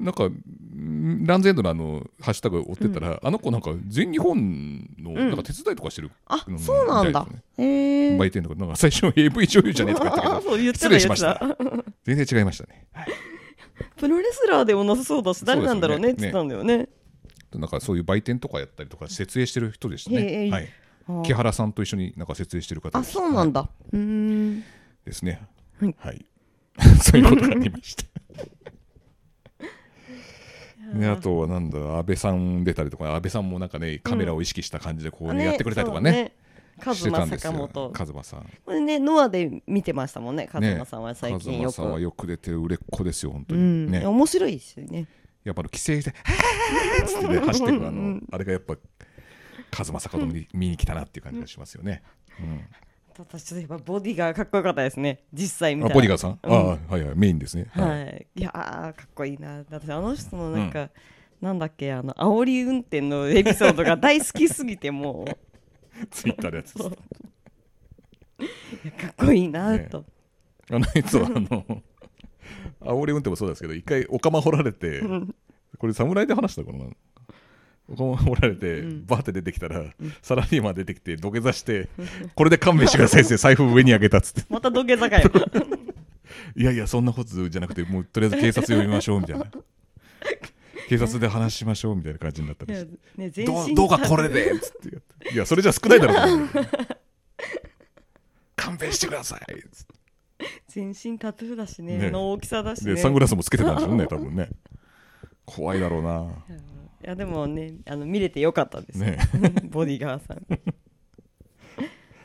A: なんかんランズエンドのあのハッシュタグ追ってたら、あの子なんか全日本の
B: ん
A: なんか手伝いとかしてる、
B: あそうなんだ
A: みたいですね
B: へえ
A: 売店とかなんか最初 AV 女優じゃねえとか言ったけど
B: *laughs* そう言って
A: 失
B: た
A: 礼しまし
B: 言って
A: た全然違いましたね
B: プロレスラーでもなさそうだし誰なんだろうねっ
A: そう
B: て
A: です
B: 言
A: よね
B: ってたんだよね
A: なんかそういう売店とかやったりとか設営してる人でした
B: へ
A: ね、
B: え
A: はい、
B: あー
A: 木原さんと一緒になんか設営してる方
B: あ
A: でした
B: そうなんだ、うーん
A: ですね。は
B: はいい。
A: *laughs* そういうことがありま
B: *laughs*
A: した。ね、あとはなんだ安倍さん出たりとか安倍さんもなんかねカメラを意識した感じでこうね、やってくれたりとかね
B: カ
A: し
B: ズ
A: てた
B: マ
A: んです
B: 坂
A: よ
B: 本
A: カズマさん
B: これねノアで見てましたもんねカズマさんは最近
A: ね
B: よ
A: カズマさ
B: く、
A: んはよく出て売れっ子ですよ本当
B: う
A: に、
B: ん
A: ね
B: 面白いですよね
A: やっぱあの帰省して *laughs* 「はぁーっつってね走ってくるあ
B: う
A: の
B: ん
A: あれがやっぱカズマ坂本に見に来たなっていう感じがしますよね、うん
B: 私ちょっとやっぱボディがかっこよかったですね実際見た
A: あ
B: ら
A: ボディガーさん、
B: うん
A: ああはいはいメインですね
B: はい、い、やーかっこいいな私あの人のなんか、なんだっけあの煽り運転のエピソードが大好きすぎてもう
A: *laughs* ツイッターのやつです
B: いやかっこいいなと、
A: あの人はあの煽り運転もそうですけど一回お釜掘られてこれ侍で話したかなお釜掘られてバーって出てきたらサラリーマン出てきて土下座してこれで勘弁してください
B: *laughs*
A: って財布上にあげたっつって
B: また土下座かよ
A: いやいやそんなことじゃなくてもうとりあえず警察呼びましょうみたいな警察で話しましょうみたいな感じになった
B: い
A: り
B: や
A: して
B: *laughs* ね全
A: どう
B: 身
A: どうかこれでっつってやっていやそれじゃ少ないだろ
B: *laughs*
A: うと思って勘弁してくださいっつって
B: 全身タトゥーだしね
A: ね
B: の大きさだしね
A: でサングラスもつけてたんでしょうね多分ね怖いだろうない
B: やでもねあの見れてよかったです、
A: ね
B: *laughs* ボディガーさん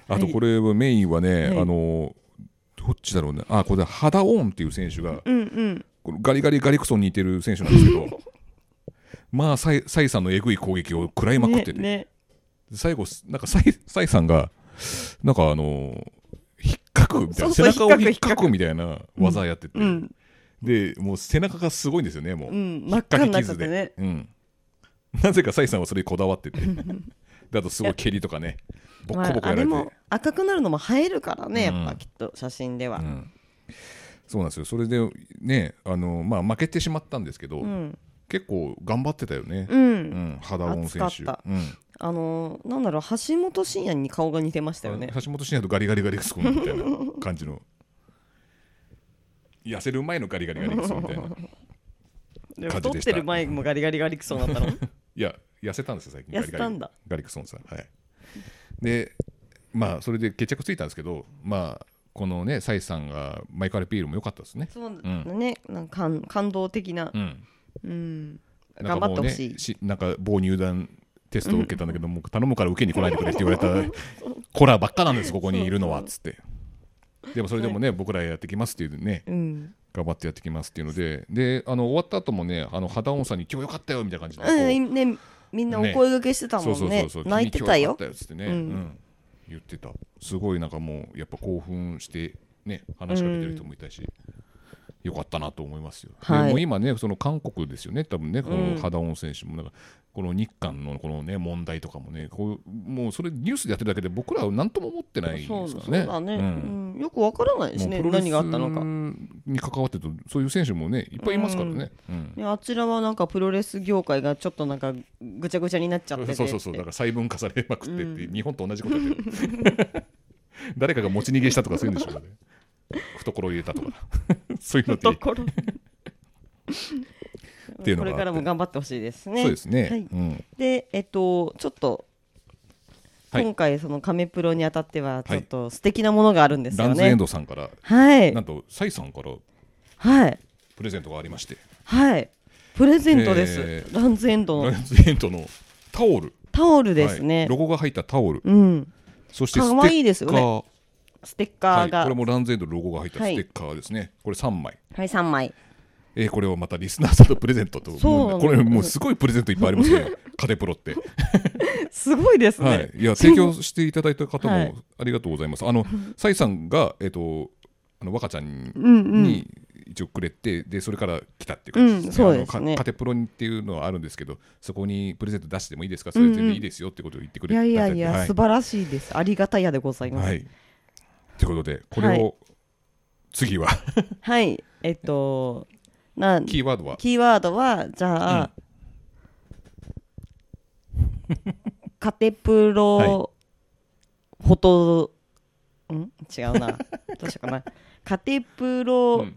A: あとこれはメインはね、
B: はい
A: あのどっちだろうねあこれだハダオーンっていう選手が
B: うんうん
A: このガリガリガリクソンに似てる選手なんですけ *laughs* どまあサイサイさんのえぐい攻撃を食らいまくってて、
B: ね
A: 最後なんかサイサイさんがなんかあの引っかくみたいな
B: そうそう
A: 背中を引っかく
B: 引っかく
A: みたいな技やってて、
B: ねうん
A: でもう背中がすごいんですよねもう、
B: うん
A: 引
B: 真っ
A: っか
B: 赤
A: き
B: になっちゃっ
A: 傷
B: て
A: で、
B: ね
A: うん、なぜかサイさんはそれにこだわっててであとすごい蹴りとかねボッコボコ
B: ま
A: やら
B: あ、あれ
A: れて、
B: も赤くなるのも映えるからねやっ
A: う
B: ぱ
A: ん
B: きっと写真では、
A: うんそうなんですよそれでねあの、まあ、負けてしまったんですけど、
B: うん
A: 結構頑張ってたよね、
B: うん
A: うん、肌音選手
B: 熱かった
A: うん
B: あのーなんだろう橋本真也に顔が似てましたよね
A: あの橋本真也とガリガリガリクソンみたいな感じの痩せる前のガリガリガリクソンみたいな
B: で
A: 感
B: も
A: じ
B: 太っ
A: でした
B: てる前もガリガリガリクソンだったの
A: いや痩せたんですよ最近
B: 痩せたんだ
A: ガリガリガリクソンさんはいでまあそれで決着ついたんですけどまあこのねサイさんがマイカルピールも良かったですね
B: そうだ
A: ん
B: ねなんか感感動的な
A: うん
B: うん
A: なん
B: 頑
A: か
B: 張
A: も
B: って
A: う
B: ほ
A: ね
B: しい
A: なんか棒入団テストを受けたんだけど、もう頼むから受けに来ないでくれって言われた
B: *laughs*
A: コラばっかなんですここにいるのはっつってでもそれでもね、僕らやってきますっていうね
B: うん
A: 頑張ってやってきますっていうのでであの終わった後もねあの肌音さんに「今日よかったよ」みたいな感じでこう、
B: うんねみんなお声掛けしてた
A: そう
B: も
A: そ
B: ん
A: うそ
B: ね
A: うそう
B: 泣いてたよ
A: 君今日良かったよっつってね、う
B: うんん
A: 言ってたすごいなんかもうやっぱ興奮してね話しかけてる人もいたし、よかったなと思いますよ、
B: はい
A: でもう今ねその韓国ですよね多分ねこ
B: う
A: の
B: ん
A: 肌音選手もなんかこの日韓のこのね問題とかもねこうもうそれニュースでやってるだけで僕らは何とも思ってないですか
B: そう
A: らね
B: そうだね、
A: う
B: うんんよくわからないで
A: も
B: す
A: う
B: ね
A: プロレス
B: 何があったのか
A: に関わってるとそういう選手もねいっぱいいますからね、うん
B: ねあちらはなんかプロレス業界がちょっとなんかぐちゃぐちゃになっちゃってて
A: そうそうそうだから細分化されまくってって、日本と同じことやってる *laughs* 誰かが持ち逃げしたとかそういうんでしょうね懐を入れたとか *laughs* そういうのって
B: ところ
A: ていうのがあ
B: こ
A: って
B: れからも頑張ってほしいですね。
A: そうですね、
B: はい
A: うん
B: でえっとちょっと、
A: はい
B: 今回そのカメプロにあたってはちょっと素敵なものがあるんです
A: ラ
B: よ
A: ンズエ
B: ね
A: ン。ドさんから、
B: はい
A: なんとサイさんから
B: はい
A: プレゼントがありまして
B: はいプレゼントです、
A: えー
B: ランズエンド
A: ラ
B: の
A: ンズエンドのタオル
B: タオルですね。
A: はいロゴが入ったタオル
B: うん
A: そしてステッ
B: か
A: カ
B: わいいですよね
A: ー
B: ステッ
A: は
B: カー
A: い
B: が
A: これ
B: は
A: もランズエンドのロゴが入ったス
B: はい
A: テッカーですね、これ3枚
B: い三、枚。
A: えーこれをまたリスナーさんのプレゼントと
B: そう
A: 思
B: な
A: うんんで
B: で
A: こ
B: す
A: れもうすごいプレゼントいっぱいありますね
B: *laughs*
A: カテプロって
B: すごいですね。
A: はい、いや提供していただいた方
B: は
A: も
B: い
A: ありがとうございます。
B: *laughs*
A: あのサイさんがえっ、とあの若ちゃん
B: うんうん
A: に一応くれて、でそれから来たっていう感じですね。
B: うんそうですね
A: あのかカテプロにっていうのはあるんですけど、そこにプレゼント出してもいいですか？それ全然
B: うんうん
A: いいですよってことを言ってく
B: い
A: れた
B: や
A: り
B: いやいや、
A: はい
B: 素晴らしいです。ありがたやでございます。
A: は。
B: はいい、
A: ということでこれを、
B: はい
A: 次は
B: えっと、な
A: キーワードは
B: キーワードはじゃあ、カテプロフォト、ん違
A: *laughs*
B: うなどうしようかなカテプ
A: う
B: ロ
A: ん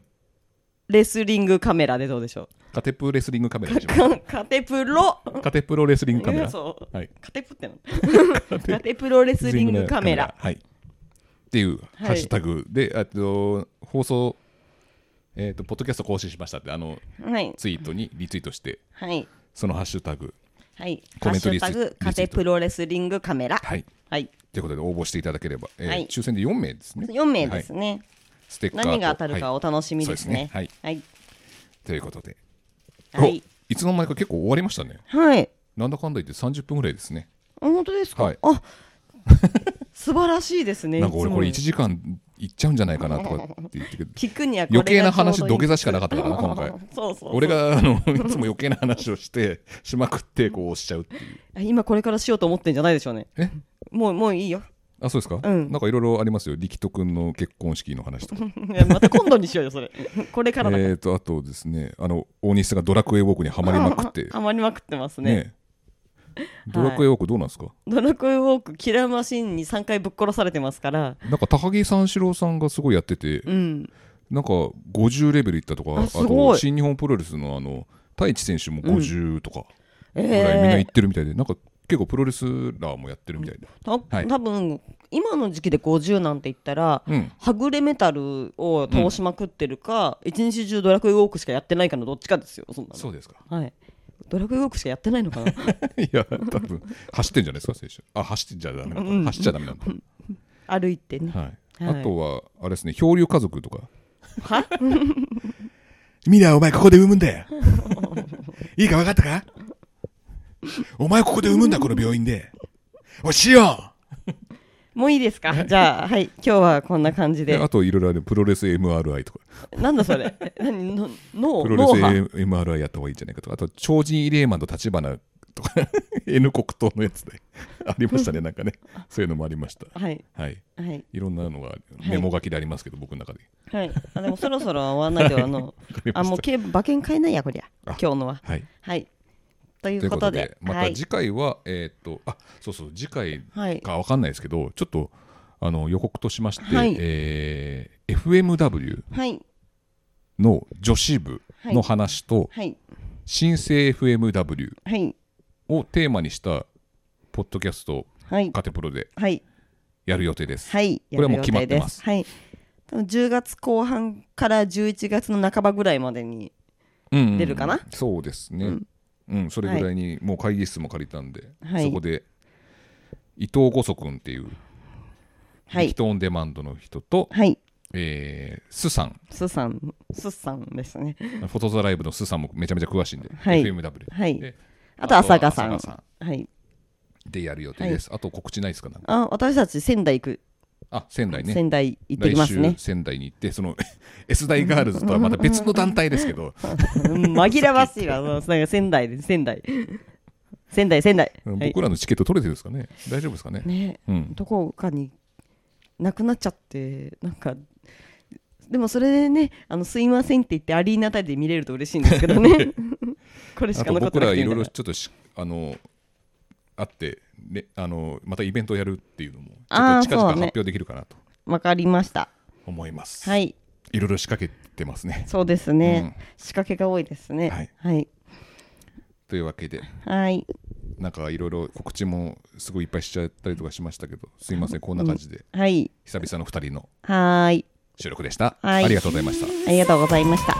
B: レスリングカメラでどうでしょ
A: カテプレスリングカメラにし
B: う、
A: ます
B: *laughs*
A: *laughs*
B: カテプロ
A: カテプロレスリングカメラ
B: そう
A: はい
B: カテプってなのカテプロレスリングカメラ
A: はいっていうハッシュタグで、あと放送えっ、とポッドキャスト更新しましたってあの
B: はい
A: ツイートにリツイートして
B: はい
A: そのハッシュタグ
B: はい
A: コ
B: ハ
A: メン
B: ッ
A: ト
B: シ
A: リ
B: ュ
A: ツイ
B: タグ
A: リ
B: カ
A: ツイー
B: テ
A: ト
B: プロレスリングカメラ
A: はい
B: はい
A: ということで応募していただければ、えー
B: はい
A: 抽選で4名ですね
B: 4名です
A: はい
B: ね
A: ステッカーと
B: 何が当たるか
A: は
B: お楽しみですね
A: そうですね
B: はい
A: い、ということで、
B: は
A: お
B: い
A: いつの間にか結構終わりましたね
B: はい
A: なんだかんだ言って30分ぐらいですね
B: あ本当ですか、
A: はい
B: あ *laughs* 素晴らしいですね
A: なんか俺これ1
B: いつも
A: 時間いっちゃうんじゃないかなとかって言ってけど
B: 聞くに *laughs* はこれ
A: 余計な
B: がちょうどい
A: 話土
B: い
A: 下座しかなかった
B: *laughs*
A: からな今回
B: そうそうそう
A: 俺があのいつも余計な話をしてしまくってこう押しちゃうっていう
B: あ今これからしようと思ってんじゃないでしょうね
A: え
B: もうもういいよ
A: あそうですか、
B: うん
A: なんかいろいろありますよ力人くんの結婚式の話とか
B: いやまた今度にしようよそれ *laughs* これ
A: え
B: からだから、
A: ーとあとですねあの大西さんがドラクエウォークにはまりまくって
B: あまりまくってますね
A: ねドラクエウォークどうなんですか、
B: ドラクエウォークキラーマシンに3回ぶっ殺されてますから
A: なんか高木三四郎さんがすごいやってて、
B: うん
A: なんか50レベルいったとかあ
B: あすごい
A: と新日本プロレスのあの太一選手も50とか
B: え
A: ぐらいみんな
B: え
A: 行ってるみたいで、なんか結構プロレスラーもやってるみたいで、
B: た
A: はい
B: 多分今の時期で50なんて言ったら、
A: うん
B: はぐれメタルを倒しまくってるか、一日中ドラクエウォークしかやってないかのどっちかですよそんなの
A: そうですか
B: はいドラクエウォークしかやってないのかな
A: *laughs* いや多分走ってんじゃないですか選手あ走ってんじゃダメなのか、走っちゃダメなのか、
B: 歩いてね
A: はい
B: はい
A: あとはあれですね漂流家族とか *laughs*
B: は
A: ミラーお前ここで産むんだ *laughs* よいいか分かったかお前ここで産むんだこの病院でおしよ
B: もういいですかじゃあはい今日はこんな感じ
A: うで
B: で
A: あといろいろあるプロレス MRI とか
B: なんだそれえ何の脳
A: プロレス
B: 脳波
A: MRI やった方がいいんじゃないかとかあと超人イレーマンと立 *laughs* 花とか N 国党のやつでありましたねなんかねそういうのもありました
B: はい
A: はい
B: はい
A: いろんなのがメモ書きでありますけど、僕の中で
B: はいあでもそろそろ終わらないとあ
A: *laughs*
B: の
A: わかりました
B: あもうけ馬券買えないやこりゃ
A: あ
B: 今日のは
A: はい
B: はいとい
A: といううこ
B: ことと
A: で
B: で
A: ま
B: は
A: た
B: い
A: 次回は、えーっとあそうそう次回
B: はい
A: かわかんないですけど、ちょっとあの予告としまして、
B: はい
A: えー FMW
B: はい
A: の女子部の話と、
B: はい
A: 新生 FMW
B: はい
A: をテーマにしたポッドキャストを
B: はい
A: カテプロで
B: はい
A: やる予定です。
B: はい、
A: これはもう
B: やる
A: 決
B: 予
A: まっ
B: 定
A: て
B: で
A: ます
B: はい。多分10月後半から11月の半ばぐらいまでに、
A: うんうん
B: 出るかな
A: そうですね、う
B: うんん
A: それぐらいにもう会議室も借りたんで、
B: はい
A: そこで伊藤五足君っていう、
B: はい
A: 人オンデマンドの人と、
B: はい、
A: えースさん
B: すさん、すさんですね。
A: フォトザライブのスさんもめちゃめちゃ詳しいんで、
B: はい
A: FMW で
B: はい
A: で。
B: あと、朝香さ
A: あ
B: ん
A: とは。
B: はい。
A: でやる予定です、あと告知ないですかなんか
B: あ、私たち仙台行く、
A: あ仙台ね
B: 仙台行ってきます
A: 来
B: ね
A: 週。仙台に行ってその *laughs* S 大ガールズとはまた別の団体ですけど
B: うん紛らわ
A: *laughs*
B: しいわ、うんなんか仙台です、仙台。仙台、仙台。はい
A: 僕らのチケット取れてるんですかね大丈夫ですかね
B: ね、
A: うん
B: どこかになくなっちゃって、なんか。でもそれでね、あのすいませんって言ってアリーナあたりで見れると嬉しいんですけ
A: *laughs*
B: どね。 *laughs* これし
A: あ
B: か
A: と
B: 残っ
A: 僕
B: てな
A: ら
B: くて
A: いろい
B: みたいな
A: ろちょっとしあのあって、ね、あのまたイベントをやるっていうのもちょっ
B: あ
A: と
B: ー
A: 近々
B: そう
A: 発
B: ね
A: 表できるかなと
B: わかりました。
A: 思います、、
B: はいい、
A: ろいろ仕掛けてますね
B: そうですね。仕掛けが多いですね。
A: はい
B: はい、
A: というわけで
B: はい、
A: なんかいろいろ告知もすごいいっぱいしちゃったりとかしましたけどすいませんこんな感じで
B: はい、
A: 久々の2人の
B: はーい
A: 収録でした、
B: はい
A: ありがとうございました
B: ありがとうございました。